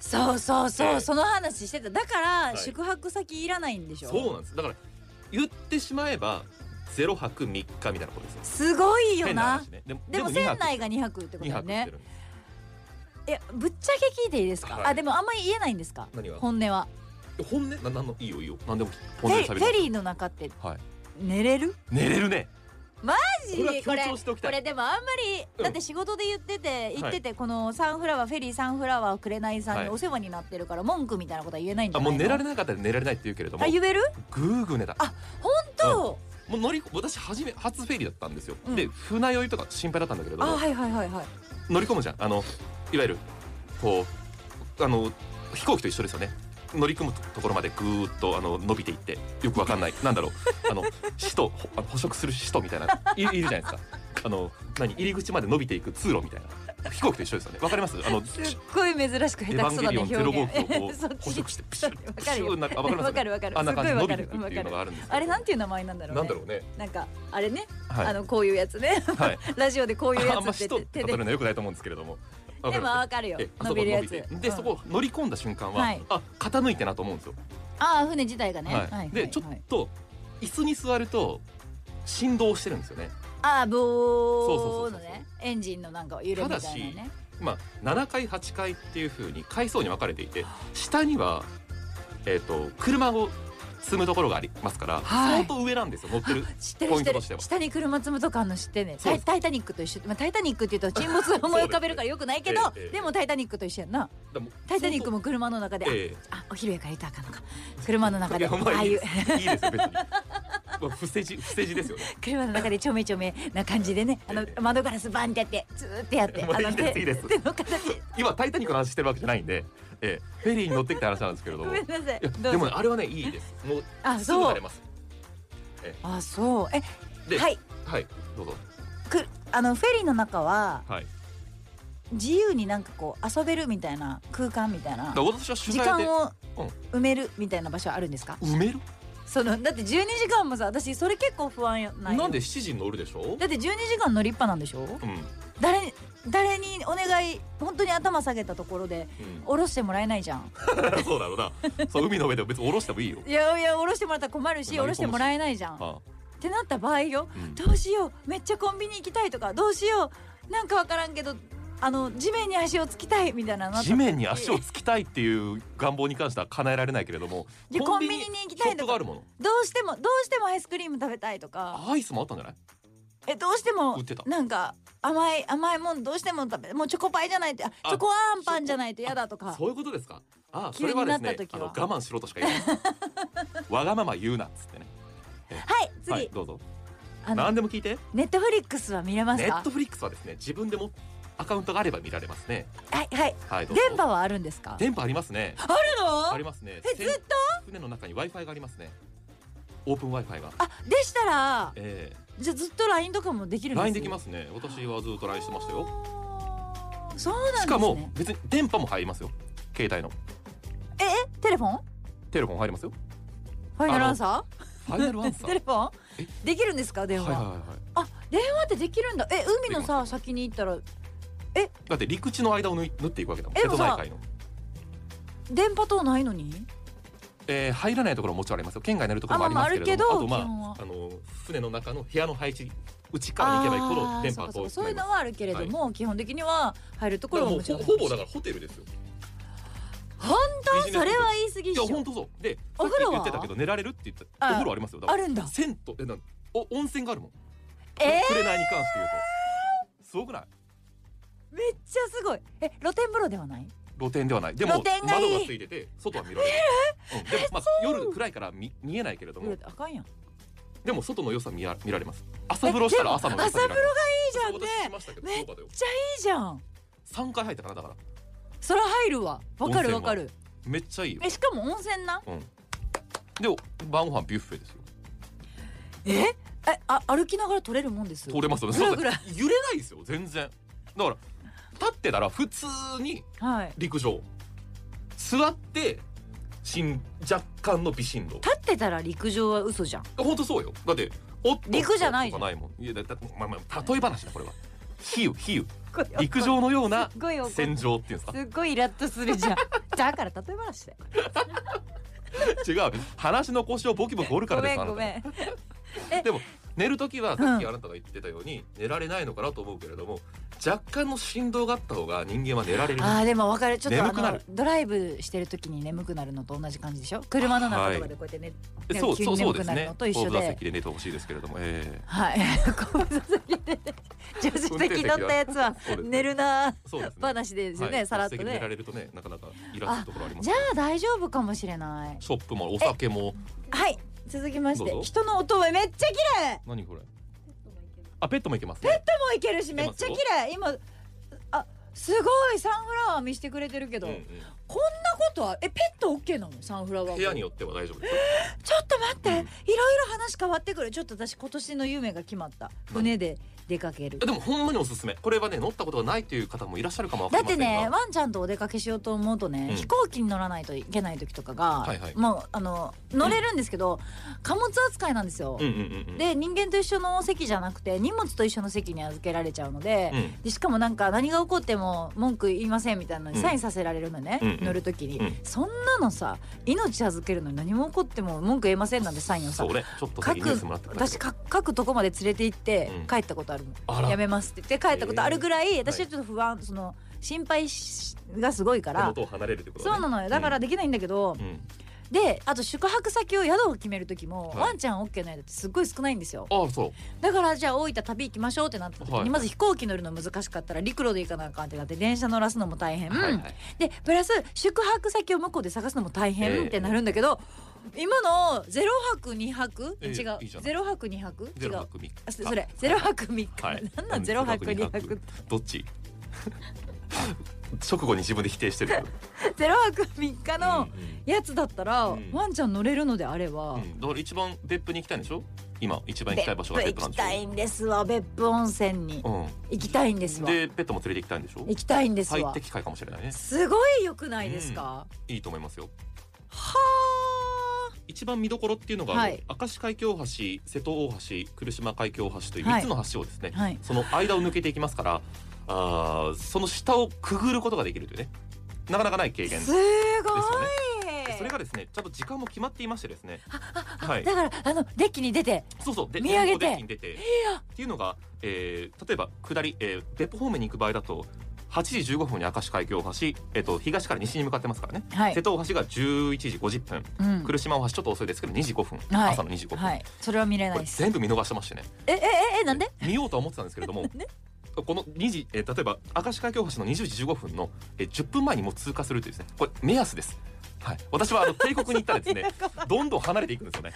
Speaker 3: す
Speaker 2: そうそうそう、
Speaker 3: ええ
Speaker 2: その話してただから
Speaker 3: い
Speaker 2: 宿泊先いらないんでしょ、
Speaker 3: よそうなんですだから言ってしまえば0泊3日みたいなことですよ
Speaker 2: すごいよ
Speaker 3: 変な
Speaker 2: な
Speaker 3: 話ねでも
Speaker 2: でも
Speaker 3: 二
Speaker 2: 船
Speaker 3: 泊
Speaker 2: 内が2泊ってこと
Speaker 3: 二
Speaker 2: だよ
Speaker 3: 泊して
Speaker 2: ね
Speaker 3: るんです
Speaker 2: いやぶっちゃけ聞いていいですか、
Speaker 3: はい
Speaker 2: あでもあんまり言えないんですか
Speaker 3: 何が
Speaker 2: 本音は
Speaker 3: 本音ななんのいいよいいよ何でも
Speaker 2: フ
Speaker 3: 本音
Speaker 2: ェ
Speaker 3: で
Speaker 2: リーフェ
Speaker 3: 喋りなさい
Speaker 2: リーの中って
Speaker 3: はい
Speaker 2: 寝れる
Speaker 3: 寝れるね
Speaker 2: マジ
Speaker 3: これは
Speaker 2: でこれ
Speaker 3: 強調しておきたい
Speaker 2: これでもあんまり、
Speaker 3: うん
Speaker 2: だって仕事で言ってて言
Speaker 3: は
Speaker 2: っ
Speaker 3: い
Speaker 2: てて、このサンフラワーフェリーサンフラワーくれないさん
Speaker 3: は
Speaker 2: に
Speaker 3: い
Speaker 2: お世話になってるから文句みたいなことは言えないんじ
Speaker 3: あ
Speaker 2: ゃな
Speaker 3: も
Speaker 2: いうの
Speaker 3: 寝られなかったら寝られないって言うけれども
Speaker 2: あ言える
Speaker 3: ぐーぐー寝た
Speaker 2: 本当、
Speaker 3: もう乗り私初め初フェリーだったんですよ、
Speaker 2: うん
Speaker 3: で船酔いとか心配だったんだけれど
Speaker 2: あ
Speaker 3: も
Speaker 2: はいはいはいはい
Speaker 3: 乗り込むじゃんあのいわゆるこうあの飛行機と一緒ですよね乗り込むところまでぐーっとあの伸びていってよくわか
Speaker 2: (laughs)
Speaker 3: んないなんだろうあの使途ほあの捕食する使徒みたいないいるじゃないですかあの何入り口まで伸びていく通路みたいな飛行機と一緒ですよねわかりますあの
Speaker 2: すっごい珍しく下手
Speaker 3: エ
Speaker 2: く
Speaker 3: ヴ
Speaker 2: そ
Speaker 3: ァン
Speaker 2: だ
Speaker 3: ゲリ
Speaker 2: ね
Speaker 3: オン
Speaker 2: 表
Speaker 3: ゼロ号機をこ
Speaker 2: 現 (laughs) そう
Speaker 3: 捕食してプシュッ
Speaker 2: わ
Speaker 3: プ
Speaker 2: か
Speaker 3: シ
Speaker 2: る
Speaker 3: ュ
Speaker 2: よ
Speaker 3: ッなんかわかりま
Speaker 2: わ
Speaker 3: す
Speaker 2: かるわかる
Speaker 3: あんな感じ
Speaker 2: す
Speaker 3: で
Speaker 2: っ
Speaker 3: 伸
Speaker 2: ごい
Speaker 3: び
Speaker 2: わ
Speaker 3: て
Speaker 2: かる
Speaker 3: いくっていうのがあるんですけど
Speaker 2: あれなんていう名前なんだろうね
Speaker 3: なんだろうね
Speaker 2: なんかあれね、
Speaker 3: はい
Speaker 2: あのこういうやつね
Speaker 3: はい
Speaker 2: ラジオでこういう
Speaker 3: あ
Speaker 2: や
Speaker 3: んま
Speaker 2: つって
Speaker 3: 人と語
Speaker 2: 手
Speaker 3: る
Speaker 2: で
Speaker 3: のはよくないと思うんですけれどもわ
Speaker 2: で
Speaker 3: かり
Speaker 2: も
Speaker 3: ます
Speaker 2: わかるよ
Speaker 3: えあ
Speaker 2: 伸
Speaker 3: そこ伸
Speaker 2: びるやつ
Speaker 3: びてで
Speaker 2: うん
Speaker 3: そこ乗り込んだ瞬間は、
Speaker 2: はい
Speaker 3: あ傾いてなと思うんですよ、
Speaker 2: ああ船自体がね、
Speaker 3: はいでちょっと椅子に座ると振動してるんですよね
Speaker 2: ああボ
Speaker 3: そ
Speaker 2: ー
Speaker 3: うそうそう
Speaker 2: の
Speaker 3: そう
Speaker 2: ねエンジンのなんか揺れみたいなね
Speaker 3: まあ7階8階っていう風に階層に分かれていて下にはえっ、と車を積むところがありますから、
Speaker 2: はい
Speaker 3: 相当上なんですよ乗ってる
Speaker 2: 知ってる
Speaker 3: ポ
Speaker 2: 知
Speaker 3: イ
Speaker 2: って
Speaker 3: ントと
Speaker 2: る
Speaker 3: しては
Speaker 2: 下に車積むとかあんの知ってんね
Speaker 3: そ
Speaker 2: タ
Speaker 3: うで
Speaker 2: イ
Speaker 3: す
Speaker 2: タイタニックと一緒、まあ、タイタニックって言うと沈没を思い浮かべるからよくないけど
Speaker 3: そうですねええ
Speaker 2: でもタイタニックと一緒やんな
Speaker 3: でも
Speaker 2: タイタニックも車の中で、
Speaker 3: ええ
Speaker 2: あお昼やからいたらあかんのか車の中
Speaker 3: い
Speaker 2: で
Speaker 3: や
Speaker 2: あ
Speaker 3: まあ
Speaker 2: あ
Speaker 3: い
Speaker 2: い
Speaker 3: いうですいいですよ別にもう伏せ字伏せ字ですよね。
Speaker 2: 車の中でちょめちょめな感じでねあの窓ガラスバンってやってずーっとやって
Speaker 3: もう
Speaker 2: あの
Speaker 3: いいです
Speaker 2: 手
Speaker 3: いいです
Speaker 2: 手の形
Speaker 3: 今タイタニックの話してるわけじゃないんで、ええ、フェリーに乗ってきた話なんですけれど
Speaker 2: ご
Speaker 3: も。
Speaker 2: めんなさい
Speaker 3: いや
Speaker 2: どう
Speaker 3: で
Speaker 2: ぞ
Speaker 3: もねあれはねいいです。もう
Speaker 2: あ
Speaker 3: すぐ
Speaker 2: そ
Speaker 3: 慣
Speaker 2: う
Speaker 3: れます。
Speaker 2: あそうえ
Speaker 3: で、、
Speaker 2: はいい
Speaker 3: どうぞ。
Speaker 2: くあのフェリーの中は
Speaker 3: はい。
Speaker 2: 自由になんかこう遊べるみたいな空間みたいな
Speaker 3: だから私は
Speaker 2: 時
Speaker 3: 取材で
Speaker 2: 間を
Speaker 3: うん
Speaker 2: 埋めるみたいな場所あるんですか
Speaker 3: 埋める。
Speaker 2: そのだって12時間もさ私それ結構不安やない
Speaker 3: なんで7時に乗るでしょ
Speaker 2: だ。って12時間乗りっぱなんでしょ
Speaker 3: うん (laughs) うん。
Speaker 2: 誰誰にお願い本当に頭下げたところで下ろしてもらえないじゃん
Speaker 3: そうだろうな。そう海の上でも別に下ろしても
Speaker 2: (laughs)
Speaker 3: いいよ。
Speaker 2: いやいや下ろしてもらったら困るし
Speaker 3: 何
Speaker 2: 下ろしてもらえないじゃんっ
Speaker 3: あ
Speaker 2: てなった場合よ
Speaker 3: あ、うん
Speaker 2: どうしようめっちゃコンビニ行きたいとかどうしようなんかわからんけどあの地面に足をつきたいみたいなのあった
Speaker 3: 地面に足をつきたいっていう願望に関しては叶えられないけれども
Speaker 2: いやコンビニに行きたい
Speaker 3: ショッ
Speaker 2: と
Speaker 3: プがあ
Speaker 2: か
Speaker 3: るもの
Speaker 2: どうしてもどうしてもアイスクリーム食べたいとか
Speaker 3: アイスもあったんじゃない
Speaker 2: えどうしても
Speaker 3: 売ってた
Speaker 2: なんか甘い甘いもんどうしても食べもうチョコパイじゃないとあ
Speaker 3: あ
Speaker 2: チョコあんパンじゃないと嫌だとか
Speaker 3: そういうことですかああそ
Speaker 2: 急
Speaker 3: れ
Speaker 2: に
Speaker 3: はです
Speaker 2: なった
Speaker 3: ね
Speaker 2: 時
Speaker 3: あ
Speaker 2: は (laughs)
Speaker 3: の我慢しろとしか言えないわがまま言うなっつってね
Speaker 2: はい次、
Speaker 3: はいどうぞ
Speaker 2: あの
Speaker 3: 何でも聞いて
Speaker 2: ネットフリックスは見れます
Speaker 3: ネ
Speaker 2: か
Speaker 3: ットフリックスはですね自分でもアカウントがあれば見られますね
Speaker 2: はいはい
Speaker 3: はいどうぞ
Speaker 2: 電波はあるんですか
Speaker 3: 電波ありますね
Speaker 2: あるの
Speaker 3: ありますね
Speaker 2: えずっと
Speaker 3: 船の中に Wi-Fi がありますねオープン Wi-Fi が
Speaker 2: あでしたら
Speaker 3: え
Speaker 2: じゃあずっと LINE とかもでき
Speaker 3: え
Speaker 2: るんです
Speaker 3: LINE できますすね私はずっと LINE してましたよ
Speaker 2: そうなんですね
Speaker 3: しかも別に電波も入りますよ携帯の
Speaker 2: ええテレフォン
Speaker 3: テレフォン入ります
Speaker 2: (laughs)
Speaker 3: よ
Speaker 2: ファイナルアンサ
Speaker 3: ファイナルアン
Speaker 2: ー (laughs)
Speaker 3: サ
Speaker 2: テ
Speaker 3: ー
Speaker 2: レフォン
Speaker 3: え
Speaker 2: できるんですか電
Speaker 3: は
Speaker 2: 話、
Speaker 3: いはいはいはい
Speaker 2: あ電話ってできるんだえ海のさ先に行ったら
Speaker 3: だって陸地の間を縫い縫っていくわけだもん
Speaker 2: え
Speaker 3: 瀬
Speaker 2: でも
Speaker 3: 戸
Speaker 2: さ
Speaker 3: 内海の、
Speaker 2: 電波塔ないのに
Speaker 3: えー、入らないところももちろんありますよ県外になるところもありますけれど
Speaker 2: あ
Speaker 3: も
Speaker 2: まあまああるけど
Speaker 3: あとまああの船の中の部屋の配置内から行けば行くほ
Speaker 2: あ
Speaker 3: ど
Speaker 2: ー
Speaker 3: 電波
Speaker 2: そう
Speaker 3: が
Speaker 2: か
Speaker 3: こう
Speaker 2: そうかそういう
Speaker 3: ま
Speaker 2: のはあるけれども、基本的には入るとこ
Speaker 3: すだ
Speaker 2: ろは
Speaker 3: からも
Speaker 2: も
Speaker 3: う
Speaker 2: ちろん
Speaker 3: ほほぼだからホテルですよ
Speaker 2: 本当それは言い過ぎっ
Speaker 3: い
Speaker 2: し
Speaker 3: や本
Speaker 2: ょ
Speaker 3: 当そうで
Speaker 2: お風呂は
Speaker 3: さっき言ってたけど寝られるって言った
Speaker 2: あ
Speaker 3: お風呂ありますよだか
Speaker 2: あ
Speaker 3: ら
Speaker 2: るんだ
Speaker 3: 銭湯えなんお温泉があるもん
Speaker 2: え
Speaker 3: 触れないに関して言うとすごくない
Speaker 2: ー、めっちゃすごいえ露天風呂ではない
Speaker 3: 露天ではないでも
Speaker 2: 露天がいい
Speaker 3: 窓がついてて外は見られる、うん、でもまあ夜暗いから見見えないけれども
Speaker 2: あかんやんい
Speaker 3: でも外の良さ見ら見られます朝風呂したら朝の良さ見られる
Speaker 2: いじゃんね
Speaker 3: そう私しましたけど
Speaker 2: め
Speaker 3: そ
Speaker 2: っ
Speaker 3: うかだよ
Speaker 2: ちゃいいじゃん
Speaker 3: 3回入ったからだから
Speaker 2: そら入るわわかるわかる
Speaker 3: めっちゃいいよ
Speaker 2: えしかも温泉な
Speaker 3: で晩ご飯ビュッフェですよ
Speaker 2: ええあ歩きながら取れるもんです
Speaker 3: 取れますよね
Speaker 2: ぐらぐら
Speaker 3: そうだ揺れないですよ全然だから立ってたら普通に
Speaker 2: はい
Speaker 3: 陸上座ってしん若干の微振動
Speaker 2: 立ってたら陸上は嘘じゃん
Speaker 3: 本当そうよだっておっと
Speaker 2: 陸じゃない
Speaker 3: とかないもんいやだだまあまあ例え話だこれは比喩比喩陸
Speaker 2: 陸
Speaker 3: 上のような
Speaker 2: すっごい怒る
Speaker 3: 戦場っていうんですか
Speaker 2: すっごいイラッとするじ
Speaker 3: (laughs)
Speaker 2: ゃんだから例え話だよ
Speaker 3: 違う話の腰をボキボキ折るか
Speaker 2: ご
Speaker 3: らで
Speaker 2: め
Speaker 3: す
Speaker 2: んごめ
Speaker 3: あ
Speaker 2: ん
Speaker 3: なたでも寝る時は
Speaker 2: ん
Speaker 3: さっきあなたが言ってたように、寝られないのかなと思うけれども若干の振動があった方が人間は寝られる
Speaker 2: あーでも分かるちょっとあ
Speaker 3: 眠くな
Speaker 2: の
Speaker 3: る
Speaker 2: ドライブしてる時に眠くなるのと同じ感じでしょ車の中とかでこうやってね
Speaker 3: えそう
Speaker 2: 急
Speaker 3: そう
Speaker 2: に
Speaker 3: そ
Speaker 2: 眠
Speaker 3: うで
Speaker 2: く
Speaker 3: す
Speaker 2: なる
Speaker 3: ね
Speaker 2: のと一緒
Speaker 3: 後部座
Speaker 2: で
Speaker 3: 席で寝てほしいですけれども、え
Speaker 2: はい
Speaker 3: (laughs)
Speaker 2: 後部座席で (laughs) 助手席乗ったやつは
Speaker 3: そうですね
Speaker 2: 寝るな
Speaker 3: ー、そうですね
Speaker 2: 話ですよ
Speaker 3: は
Speaker 2: ね
Speaker 3: い
Speaker 2: さらっと
Speaker 3: 助手席で寝ら
Speaker 2: ね
Speaker 3: れるとねなかなかイラつくところあります
Speaker 2: じゃあ大丈夫かもしれない
Speaker 3: ショップもお酒も
Speaker 2: はい続きまして
Speaker 3: どうぞ
Speaker 2: 人の音めっちゃ綺麗
Speaker 3: 何これあペットもいけますね
Speaker 2: もういけるしめっちゃ綺麗今あすごいサンフラワー見してくれてるけど、
Speaker 3: うんう
Speaker 2: こん
Speaker 3: ん
Speaker 2: なことはえペットオッケーなのサンフラワー
Speaker 3: 部屋
Speaker 2: も
Speaker 3: によっては大丈夫です
Speaker 2: ちょっと待って、
Speaker 3: うん
Speaker 2: いろいろ話変わってくるちょっと私今年の夢が決まった船で出かける
Speaker 3: えでもほんまにおすすめこれはね乗ったことがないという方もいらっしゃるかもわ
Speaker 2: だ
Speaker 3: かり
Speaker 2: っ
Speaker 3: ませ
Speaker 2: て
Speaker 3: んが
Speaker 2: ねワンちゃんとお出かけしようと思うとね、
Speaker 3: うん
Speaker 2: 飛行機に乗らないといけない時とかが、
Speaker 3: はいはい
Speaker 2: もうあの乗れるんですけど、貨物扱いなんですよ
Speaker 3: う、んうんうんうん
Speaker 2: で人間と一緒の席じゃなくて荷物と一緒の席に預けられちゃうので、
Speaker 3: うん
Speaker 2: でしかもなんか何が起こっても文句言いませんみたいなのに
Speaker 3: うん
Speaker 2: サインさせられるのね、
Speaker 3: うんうん
Speaker 2: 乗る時に、
Speaker 3: うん
Speaker 2: そんなのさ命預けるのに何も起こっても文句言えませんなんてサインをさ
Speaker 3: そうねちょっと先
Speaker 2: 各
Speaker 3: にニュースもらってくださ
Speaker 2: 私
Speaker 3: い
Speaker 2: か各とこまで連れて行って
Speaker 3: うん
Speaker 2: 帰ったことあるもん、
Speaker 3: あら
Speaker 2: やめますって言って帰ったことあるぐらい、
Speaker 3: え
Speaker 2: 私はちょっと不安その心配しがすごいか
Speaker 3: 手
Speaker 2: ら、
Speaker 3: 元を離れるってことね
Speaker 2: そうなのよだからできないんだけど、
Speaker 3: うん
Speaker 2: であと宿泊先を宿を決める時も、
Speaker 3: はい
Speaker 2: ワンちゃん OK の間ってすっごい少ないんですよ
Speaker 3: ああそう
Speaker 2: だからじゃあ大分旅行きましょうってなった時に、
Speaker 3: はい
Speaker 2: まず飛行機乗るの難しかったら陸路で行かなあかんってなって電車乗らすのも大変、
Speaker 3: はいはい
Speaker 2: でプラス宿泊先を向こうで探すのも大
Speaker 3: ええ
Speaker 2: 変ってなるんだけど、今の0泊2泊、
Speaker 3: ええ
Speaker 2: 違う
Speaker 3: いいじゃん
Speaker 2: 0泊2泊違
Speaker 3: ゼロ
Speaker 2: う
Speaker 3: 泊三日
Speaker 2: あそそれゼロ泊3日、
Speaker 3: は
Speaker 2: (laughs)
Speaker 3: い
Speaker 2: なんなんゼロ泊2泊って
Speaker 3: どっち (laughs) 直後に自分で否定してる
Speaker 2: (laughs)
Speaker 3: けど
Speaker 2: ゼロ泊3日のやつだったら、
Speaker 3: うん
Speaker 2: ワンちゃん乗れるのであれば、
Speaker 3: うんうんだから一番別府に行きたいんでしょ今一番行
Speaker 2: 別
Speaker 3: きたい場所
Speaker 2: 府行
Speaker 3: が別府なん
Speaker 2: き
Speaker 3: でした
Speaker 2: いんですわ別府温泉に
Speaker 3: ょ、
Speaker 2: 行きたいんです
Speaker 3: うん、
Speaker 2: わ
Speaker 3: でペットも連れて行きたいんでしょ
Speaker 2: 行きたいんです
Speaker 3: 最
Speaker 2: わ
Speaker 3: 適解かもしれないね
Speaker 2: すごい良くないですか、
Speaker 3: いいと思いますよ
Speaker 2: はあ
Speaker 3: 一番見どころっていうのが、
Speaker 2: はい
Speaker 3: 明石海峡大橋瀬戸大橋来島海峡大橋という
Speaker 2: はい
Speaker 3: 3つの橋をですね、
Speaker 2: はい
Speaker 3: その間を抜けていきますからあーその下をくぐることができるというねなかなかない経験
Speaker 2: す
Speaker 3: で
Speaker 2: ごい
Speaker 3: すよねでそれがですねちゃんと時間も決まっていましてですねはい
Speaker 2: だからあのデッキに出て
Speaker 3: そうそうで
Speaker 2: 見上げて
Speaker 3: 展望デッキに出てっていうのが、えー例えば下り、えー、別府方面に行く場合だと8時15分に明石海峡大橋、えっと東から西に向かってますからね、
Speaker 2: はい
Speaker 3: 瀬戸大橋が11時50分
Speaker 2: うん
Speaker 3: 来島大橋ちょっと遅いですけど2時5分、
Speaker 2: はい
Speaker 3: 朝の2時5分、
Speaker 2: はいそれは見れな
Speaker 3: こ
Speaker 2: い
Speaker 3: れ
Speaker 2: ですえ
Speaker 3: 全部見逃してましてね
Speaker 2: えええなんで
Speaker 3: 見ようとは思ってたんですけ
Speaker 2: (laughs)
Speaker 3: れどもこの2時、えー例えば明石海峡大橋の20時15分の、えー10分前にもう通過するというですねこれ目安です、はい、私
Speaker 2: (laughs)
Speaker 3: はあの帝国に行ったらですねどんどん離れていくんですよね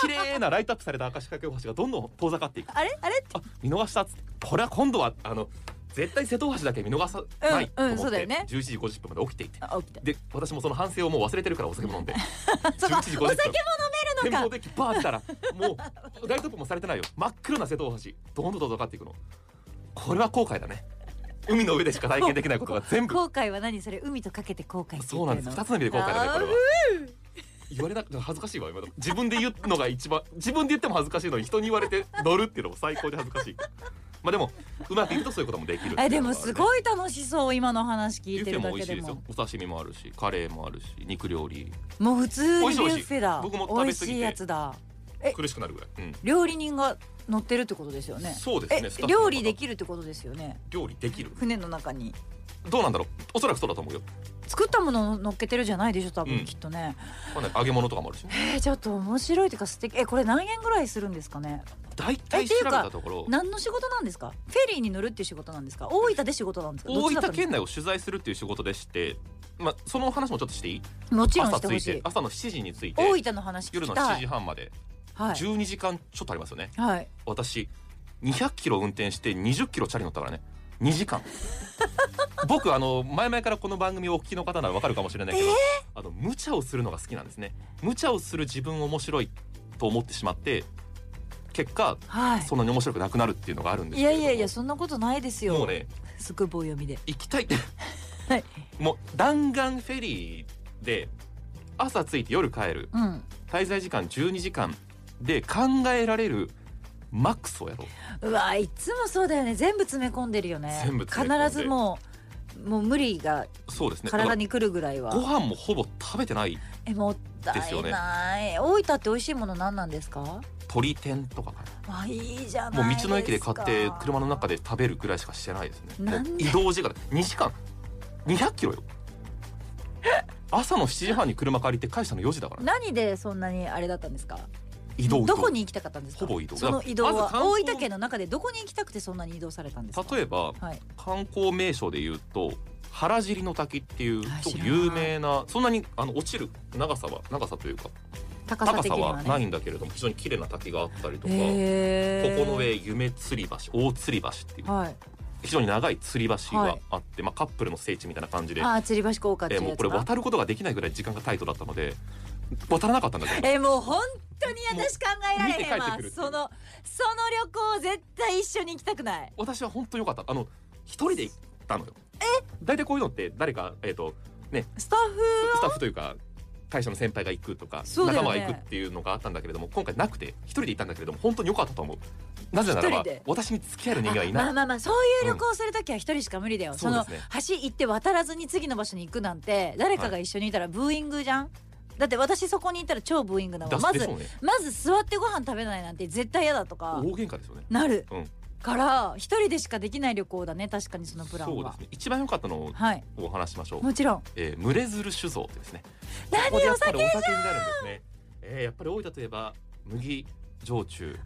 Speaker 3: 綺麗なライトアップされた明石海峡大橋がどんどん遠ざかっていく
Speaker 2: あれあれ
Speaker 3: あ見逃したっつってこれは今度はあの絶対瀬戸大橋だけ見逃さないと
Speaker 2: うんう
Speaker 3: 思
Speaker 2: んそ
Speaker 3: って、
Speaker 2: うだよね
Speaker 3: 11時50分まで起きていて
Speaker 2: あ起きた
Speaker 3: で私もその反省をもう忘れてるからお酒も飲んで
Speaker 2: (laughs) そうか
Speaker 3: 11時50分
Speaker 2: お酒も飲める
Speaker 3: 展望
Speaker 2: のか
Speaker 3: デッキバーってたらもうライトアップもされてないよ真っ黒な瀬戸大橋どんどんどんどんかっていくのこれは後悔だね海の上でしか体験できないことが全部
Speaker 2: 後悔は何それ海とかけて後悔って言ってる
Speaker 3: そ
Speaker 2: の
Speaker 3: うなんです二つの意味で後悔だねこれは言われなくて恥ずかしいわ今の自分で言うのが一番自分で言っても恥ずかしいのに人に言われて乗るっていうのも最高に恥ずかしいまあでもうまくいくとそういうこともできる
Speaker 2: えでもす
Speaker 3: い
Speaker 2: ごい楽しそう今の話聞
Speaker 3: ビュ
Speaker 2: い
Speaker 3: ッ
Speaker 2: て
Speaker 3: フ
Speaker 2: る
Speaker 3: ェも
Speaker 2: だ
Speaker 3: 美
Speaker 2: け
Speaker 3: 味しい
Speaker 2: で
Speaker 3: ですよ
Speaker 2: も
Speaker 3: お刺身もあるしカレーもあるし肉料理
Speaker 2: もう普通にビュッフェだ
Speaker 3: 美味しい美味しい僕も食
Speaker 2: 美
Speaker 3: べ過ぎて
Speaker 2: 味しいやつだえ
Speaker 3: 苦しくなるぐらい、うん
Speaker 2: 料理人が乗ってるってことですよね
Speaker 3: そうですねスタ
Speaker 2: え
Speaker 3: ッフの方
Speaker 2: 料理できるってことですよね
Speaker 3: 料理できる
Speaker 2: 船の中に
Speaker 3: どうなんだろうおそらくそうだと思うよ
Speaker 2: 作ったものを乗っけてるじゃないでしょ多
Speaker 3: うん
Speaker 2: 分きっとね、
Speaker 3: まあね揚げ物とかもあるしね
Speaker 2: えーちょっと面白いというか素敵えこれ何円ぐらいするんですかね
Speaker 3: 大体
Speaker 2: えて
Speaker 3: 調
Speaker 2: いう
Speaker 3: べ
Speaker 2: か
Speaker 3: たところ
Speaker 2: 何の仕事なんですかフェリーに乗るっていう仕事なんですか大分で仕事なんですかどっ
Speaker 3: 大
Speaker 2: ちだった
Speaker 3: 分
Speaker 2: の
Speaker 3: 県内を取材するっていう仕事でしてまあその話もちょっとしていい
Speaker 2: もちろん
Speaker 3: 朝
Speaker 2: して
Speaker 3: つ
Speaker 2: ほ
Speaker 3: い
Speaker 2: し
Speaker 3: て
Speaker 2: い
Speaker 3: 朝の7時について
Speaker 2: 大分の話聞
Speaker 3: 夜
Speaker 2: き
Speaker 3: の
Speaker 2: た
Speaker 3: 7時
Speaker 2: い
Speaker 3: 半まで
Speaker 2: はい、
Speaker 3: 12時間ちょっとありますよね
Speaker 2: はい、
Speaker 3: 私200キロ運転して20キロチャリ乗ったからね2
Speaker 2: (laughs)
Speaker 3: 時間僕あの前々からこの番組をお聞きの方ならわかるかもしれないけど、あの無茶をするのが好きなんですね無茶をする自分を面白いと思ってしまって結果
Speaker 2: はい
Speaker 3: そんなに面白くなくなるっていうのがあるんです
Speaker 2: い
Speaker 3: けれ
Speaker 2: や
Speaker 3: ども
Speaker 2: いやいやそんなことないですよ
Speaker 3: もうね
Speaker 2: すく棒読みで
Speaker 3: 行きたい
Speaker 2: はい
Speaker 3: (laughs) もう弾丸フェリーで朝着いて夜帰る
Speaker 2: うん
Speaker 3: 滞在時間12時間で考えられるマックスをやろう
Speaker 2: うわいつもそうだよね全部詰め込んでるよね
Speaker 3: 全部詰め込んで
Speaker 2: 必ずもうもう無理が
Speaker 3: そうですねだから
Speaker 2: 体にくるぐらいは、
Speaker 3: ご飯もほぼ食べてない
Speaker 2: えもった
Speaker 3: ですよ
Speaker 2: い
Speaker 3: ね
Speaker 2: ない、大分って美味しいもの何なんですか
Speaker 3: 鳥天とかか
Speaker 2: あいいじゃ
Speaker 3: な
Speaker 2: ない
Speaker 3: も
Speaker 2: で
Speaker 3: う
Speaker 2: すか
Speaker 3: 道の駅で買って車の中で食べるぐらいしかしてないですね
Speaker 2: なん
Speaker 3: も
Speaker 2: で
Speaker 3: う移動時間2時間200キロ
Speaker 2: (laughs)
Speaker 3: よ朝の7時半に車借りて返したの4時だからね
Speaker 2: 何でそんなにあれだったんですか
Speaker 3: 移動移動
Speaker 2: どこに行きたかったんですか
Speaker 3: ほぼ移動
Speaker 2: その移動
Speaker 3: ま
Speaker 2: は
Speaker 3: ず観
Speaker 2: 大
Speaker 3: 光
Speaker 2: 分県の中でどこに行きたくてそんなに移動されたんですか
Speaker 3: 例えば
Speaker 2: はい
Speaker 3: 観光名所で言うと原尻の滝っていう
Speaker 2: あ
Speaker 3: ちょ
Speaker 2: 知ら
Speaker 3: っと
Speaker 2: ない
Speaker 3: 有名なそんなにあの落ちる長さは長さというか
Speaker 2: 高さ
Speaker 3: 高
Speaker 2: 的
Speaker 3: さ
Speaker 2: に
Speaker 3: は
Speaker 2: は
Speaker 3: な
Speaker 2: ね
Speaker 3: いんだけれども非常に綺麗な滝があったりとか、
Speaker 2: へー
Speaker 3: ここの上夢吊り橋大吊り橋っていう
Speaker 2: はい
Speaker 3: 非常に長い吊り橋
Speaker 2: は
Speaker 3: が
Speaker 2: い
Speaker 3: あって、まあ、カップルの聖地みたいな感じで、
Speaker 2: あー吊り橋効果って
Speaker 3: え
Speaker 2: い
Speaker 3: ー
Speaker 2: う
Speaker 3: も
Speaker 2: や
Speaker 3: う
Speaker 2: つ
Speaker 3: これ
Speaker 2: な
Speaker 3: 渡ることができないぐらい時間がタイトだったので渡らなかったん
Speaker 2: (laughs)
Speaker 3: だけど
Speaker 2: えーもう本当に私考えられへん
Speaker 3: もう見て帰って
Speaker 2: わ
Speaker 3: くるってい
Speaker 2: そうのその旅行絶対一緒に行きたくない
Speaker 3: 私は本当良かったあの一人で行ったのよ。大体こういうのって誰か、えー、と
Speaker 2: スタッ
Speaker 3: スタッフというか会社の先輩が行くとか、
Speaker 2: そうだよ
Speaker 3: 仲
Speaker 2: ね
Speaker 3: 間が行くっていうのがあったんだけれども今回なくて一人で行ったんだけれども本当に良かったと思うなぜなら
Speaker 2: 一人
Speaker 3: ば
Speaker 2: で
Speaker 3: 私に付き合える人間
Speaker 2: フ
Speaker 3: がい
Speaker 2: ま
Speaker 3: な
Speaker 2: あ
Speaker 3: い
Speaker 2: まあまあそういう旅行するときは一人しか無理だよ、
Speaker 3: ん
Speaker 2: その
Speaker 3: そうですね
Speaker 2: 橋行って渡らずに次の場所に行くなんて誰かが一緒にいたらブーイングじゃん、だって私そこにいたら超ブーイングだもんま
Speaker 3: 出
Speaker 2: ず
Speaker 3: すでしょうね
Speaker 2: まず座ってご飯食べないなんて絶対嫌だとか
Speaker 3: 大喧嘩ですよね
Speaker 2: なる、
Speaker 3: うん
Speaker 2: から一人でしかできない旅行だね確かにそのプラン
Speaker 3: そうで
Speaker 2: は
Speaker 3: すね一番良かったのを
Speaker 2: はい
Speaker 3: お話ししましょう、
Speaker 2: もちろん
Speaker 3: えー、群れずる酒造ですね
Speaker 2: 何
Speaker 3: ここでやっ
Speaker 2: お
Speaker 3: ぱり
Speaker 2: 酒
Speaker 3: お酒になるんですね、えー、やっぱり大分といえば麦焼酎、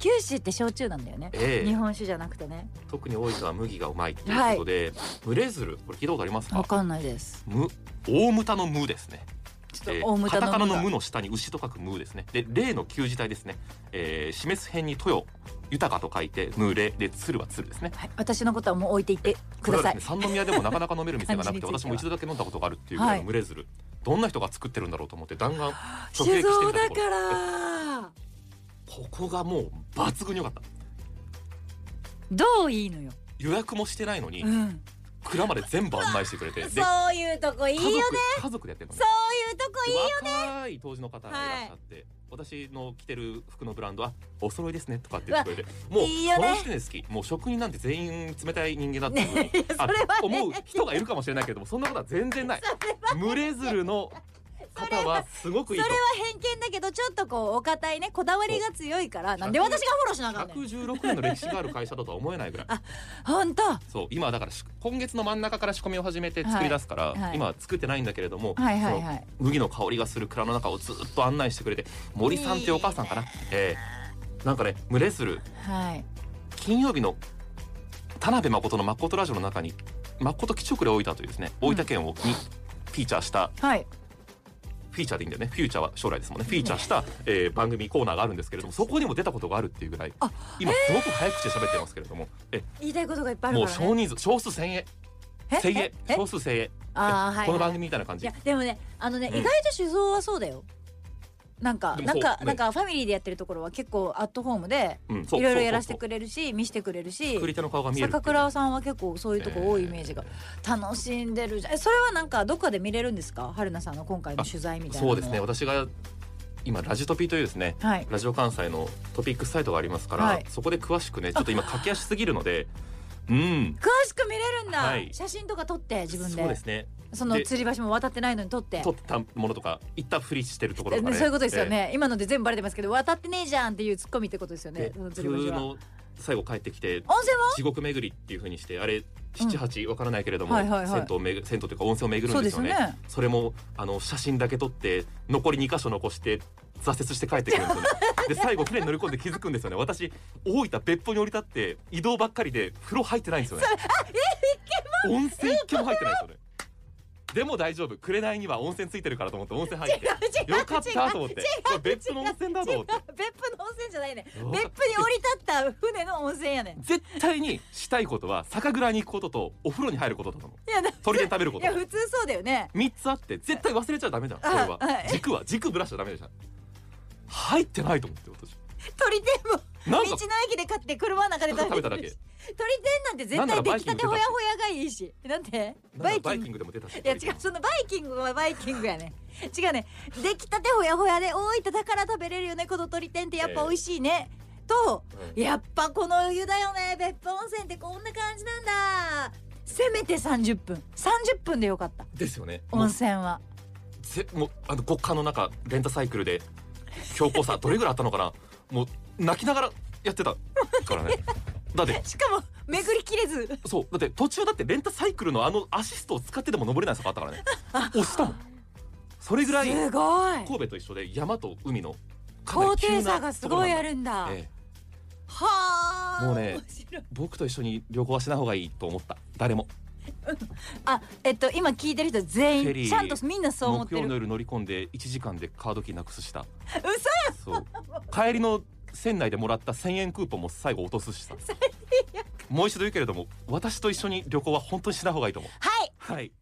Speaker 2: 九州って焼酎なんだよね
Speaker 3: え
Speaker 2: 日
Speaker 3: ー、
Speaker 2: 本酒じゃなくてね
Speaker 3: 特に大分は麦がうまいということで、群れずるこれ聞いたことあります
Speaker 2: わ
Speaker 3: か
Speaker 2: かんないです
Speaker 3: む大牟田の無ですね
Speaker 2: ちょっ
Speaker 3: え
Speaker 2: と大
Speaker 3: ー
Speaker 2: 牟
Speaker 3: カ
Speaker 2: 田
Speaker 3: タカナの「無」
Speaker 2: 無
Speaker 3: の下に「牛」と書く「無」ですねで「例の旧字体ですね、えー示す辺に「豊」「豊か」と書いて「無れ」で「鶴」は「鶴」ですね
Speaker 2: はい私のことはもう置いていってく
Speaker 3: これ
Speaker 2: だ
Speaker 3: はで
Speaker 2: さ
Speaker 3: す
Speaker 2: い
Speaker 3: ね三宮でもなかなか飲める店が
Speaker 2: (laughs)
Speaker 3: な
Speaker 2: 感じ
Speaker 3: くて
Speaker 2: については
Speaker 3: 私も一度だけ飲んだことがあるっていうぐらいの群れ鶴、どんな人が作ってるんだろうと思って弾丸直撃して
Speaker 2: 酒
Speaker 3: みたとこ
Speaker 2: 造
Speaker 3: ろ
Speaker 2: だから
Speaker 3: ここがもう抜群に良かった
Speaker 2: どういいのよ
Speaker 3: 予約もしてないのに
Speaker 2: うん
Speaker 3: 蔵まで全部案内してくれてで
Speaker 2: そういうとこいいよ
Speaker 3: 家
Speaker 2: ね
Speaker 3: 族家族でやってるのね
Speaker 2: そういうとこいい
Speaker 3: 若い当時の方がいらっしゃって、私の着てる服のブランドはお揃いですねとかって言ってくれてもう
Speaker 2: いいよ
Speaker 3: こ
Speaker 2: ね
Speaker 3: の人で好きもう職人なんて全員冷たい人間だっていうふ
Speaker 2: (laughs)
Speaker 3: うに、あ思う人がいるかもしれないけれどもそんなことは全然ない群れ鶴の方はすごくいいと
Speaker 2: 偏見だけどちょっとこうお堅いねこだわりが強いからなんで私がフォローしなあかんねん
Speaker 3: 116年の歴史がある会社だとは思えないぐらい
Speaker 2: ほんとは
Speaker 3: そう今だからし今月の真ん中から仕込みを始めて作り出すから、
Speaker 2: はいはい
Speaker 3: 今は作ってないんだけれども、
Speaker 2: いはい
Speaker 3: その
Speaker 2: はい
Speaker 3: 麦の香りがする蔵の中をずっと案内してくれて森さんっていうお母さんかな、ええなんかね群れ鶴
Speaker 2: はい
Speaker 3: 金曜日の田辺誠の誠ラジオの中に誠基地区で大分というですね
Speaker 2: うん
Speaker 3: 大分県をにフィーチャーした
Speaker 2: はい
Speaker 3: フィーチャーでいいんだよねフューチャーは将来ですもんねフィーチャーした、えー番組コーナーがあるんですけれどもそこにも出たことがあるっていうぐらい
Speaker 2: あ
Speaker 3: 今すごく早口で喋ってますけれどもえ
Speaker 2: 言いたいことがいっぱいあ
Speaker 3: も
Speaker 2: る
Speaker 3: う
Speaker 2: から
Speaker 3: 少
Speaker 2: ね
Speaker 3: 人数少数千円
Speaker 2: え
Speaker 3: 千円
Speaker 2: ええ
Speaker 3: 少数千円
Speaker 2: あーはいはい
Speaker 3: この番組みたいな感
Speaker 2: い
Speaker 3: じ
Speaker 2: やでもねあのね、
Speaker 3: うん
Speaker 2: 意外と酒造はそうだよなんか
Speaker 3: でも
Speaker 2: な
Speaker 3: そ
Speaker 2: ん
Speaker 3: う
Speaker 2: か、
Speaker 3: ね
Speaker 2: なんかファミリーでやってるところは結構アットホームで
Speaker 3: うんそう
Speaker 2: いろいろ
Speaker 3: そう
Speaker 2: やらせて
Speaker 3: そう
Speaker 2: くれるし見せてくれるし
Speaker 3: 作り手の顔が見えるってい
Speaker 2: 酒
Speaker 3: う
Speaker 2: 蔵さんは結構そういうとこ多いイメージが、楽しんでるじゃんえそれはなんかどっかで見れるんですか春菜さんの今回の取材みたいなの
Speaker 3: そ
Speaker 2: は
Speaker 3: うですね私が今ラジトピというですね
Speaker 2: はい
Speaker 3: ラジオ関西のトピックスサイトがありますから、
Speaker 2: はい
Speaker 3: そこで詳しくねちょっと今駆け足すぎるの
Speaker 2: (laughs)
Speaker 3: でうん
Speaker 2: 詳しく見れるんだ、
Speaker 3: はい
Speaker 2: 写真とか撮って自分で
Speaker 3: そうですね
Speaker 2: その
Speaker 3: で
Speaker 2: 吊り橋も渡ってないのに撮って
Speaker 3: 取ったものとか行ったふりしてるところ
Speaker 2: え
Speaker 3: とか
Speaker 2: ね
Speaker 3: ね
Speaker 2: そういうことですよ、ね、今ので全部バレてますけど渡ってねえじゃんっていうツッコミってことですよ
Speaker 3: ええ
Speaker 2: ね
Speaker 3: で
Speaker 2: その
Speaker 3: 普
Speaker 2: 吊り
Speaker 3: 通
Speaker 2: 橋は
Speaker 3: の最後帰ってきて
Speaker 2: 温泉は
Speaker 3: 地獄巡りっていうふうにしてあれ七八わからないけれども、
Speaker 2: はいはいはい
Speaker 3: 銭湯をめぐ銭湯というか温泉を巡る
Speaker 2: そ
Speaker 3: ん
Speaker 2: うで
Speaker 3: で
Speaker 2: すす
Speaker 3: よ
Speaker 2: よ
Speaker 3: ね
Speaker 2: ね
Speaker 3: それもあの写真だけ撮って残り2箇所残して挫折して帰ってくるんですよねで最後船に乗り込んで気づくんですよね私大分別府に降り立って移動ばっかりで風呂入ってないんですよね温泉一軒も入ってないんですよねでも大丈夫紅には温泉ついてるからと思って温泉入って
Speaker 2: 違う違う
Speaker 3: よかったと思って
Speaker 2: 違う
Speaker 3: これ別府の温泉だと思って
Speaker 2: 別府の温泉じゃないね別府
Speaker 3: よ
Speaker 2: に
Speaker 3: かった
Speaker 2: 降り立った船の温泉やねん
Speaker 3: 絶対にしたいことは酒蔵に行くこととお風呂に入ることだと思う
Speaker 2: いやだ
Speaker 3: 鳥で食べるこ
Speaker 2: い
Speaker 3: と
Speaker 2: や普通そうだよね
Speaker 3: 三つあって絶対忘れちゃダメだこれは
Speaker 2: あはい
Speaker 3: 軸は軸ぶらしちゃダメでした入ってないと思って私
Speaker 2: 鳥天も道
Speaker 3: なん
Speaker 2: の
Speaker 3: か
Speaker 2: 駅で買って車の中で食べて
Speaker 3: 食べただ
Speaker 2: る
Speaker 3: け
Speaker 2: し鳥天なんて絶対出来たてほやほやがいいしなんて
Speaker 3: な
Speaker 2: バ
Speaker 3: ん
Speaker 2: イ
Speaker 3: かバ
Speaker 2: キ
Speaker 3: イ
Speaker 2: ング
Speaker 3: キングでも出たし
Speaker 2: いや違うそのバイキングはバイキングやね違うね出来たてほやほやで大分だから食べれるよねこの鳥天ってやっぱ美味しいね、と
Speaker 3: うん
Speaker 2: やっぱこの湯だよね別府温泉ってこんな感じなんだせめて30分30分でよかった
Speaker 3: ですよねも
Speaker 2: 温
Speaker 3: う
Speaker 2: 泉は
Speaker 3: ぜもうあの極寒の中レンタサイクルで標高差どれぐらいあったのかなもう泣きながらやってたからねだって
Speaker 2: しかも巡りきれず
Speaker 3: そうだって途中だってレンタサイクルのあのアシストを使ってでも登れない坂あった (laughs) からね押したもんそれぐらい
Speaker 2: すごい
Speaker 3: 神戸と一緒で山と海のかな
Speaker 2: 高
Speaker 3: り急な
Speaker 2: 低差がすごいあ
Speaker 3: と
Speaker 2: るんだ
Speaker 3: ころなんだええ
Speaker 2: はあ
Speaker 3: もうね
Speaker 2: 面白い
Speaker 3: 僕と一緒に旅行はしない方がいいと思った誰も
Speaker 2: あえっと今聞いてる人全
Speaker 3: フェリ
Speaker 2: 員
Speaker 3: ー
Speaker 2: ちゃんとみんなそう思っ
Speaker 3: 木
Speaker 2: て
Speaker 3: 曜の
Speaker 2: る
Speaker 3: 夜乗り込んで1時間でカードキーなくすした
Speaker 2: 嘘
Speaker 3: そう帰りの船内でもらった1000円クーポンも最後落とす
Speaker 2: (laughs)
Speaker 3: しさもう一度言うけれども私と一緒に旅行は本当にしない方がいいと思う
Speaker 2: はい
Speaker 3: はい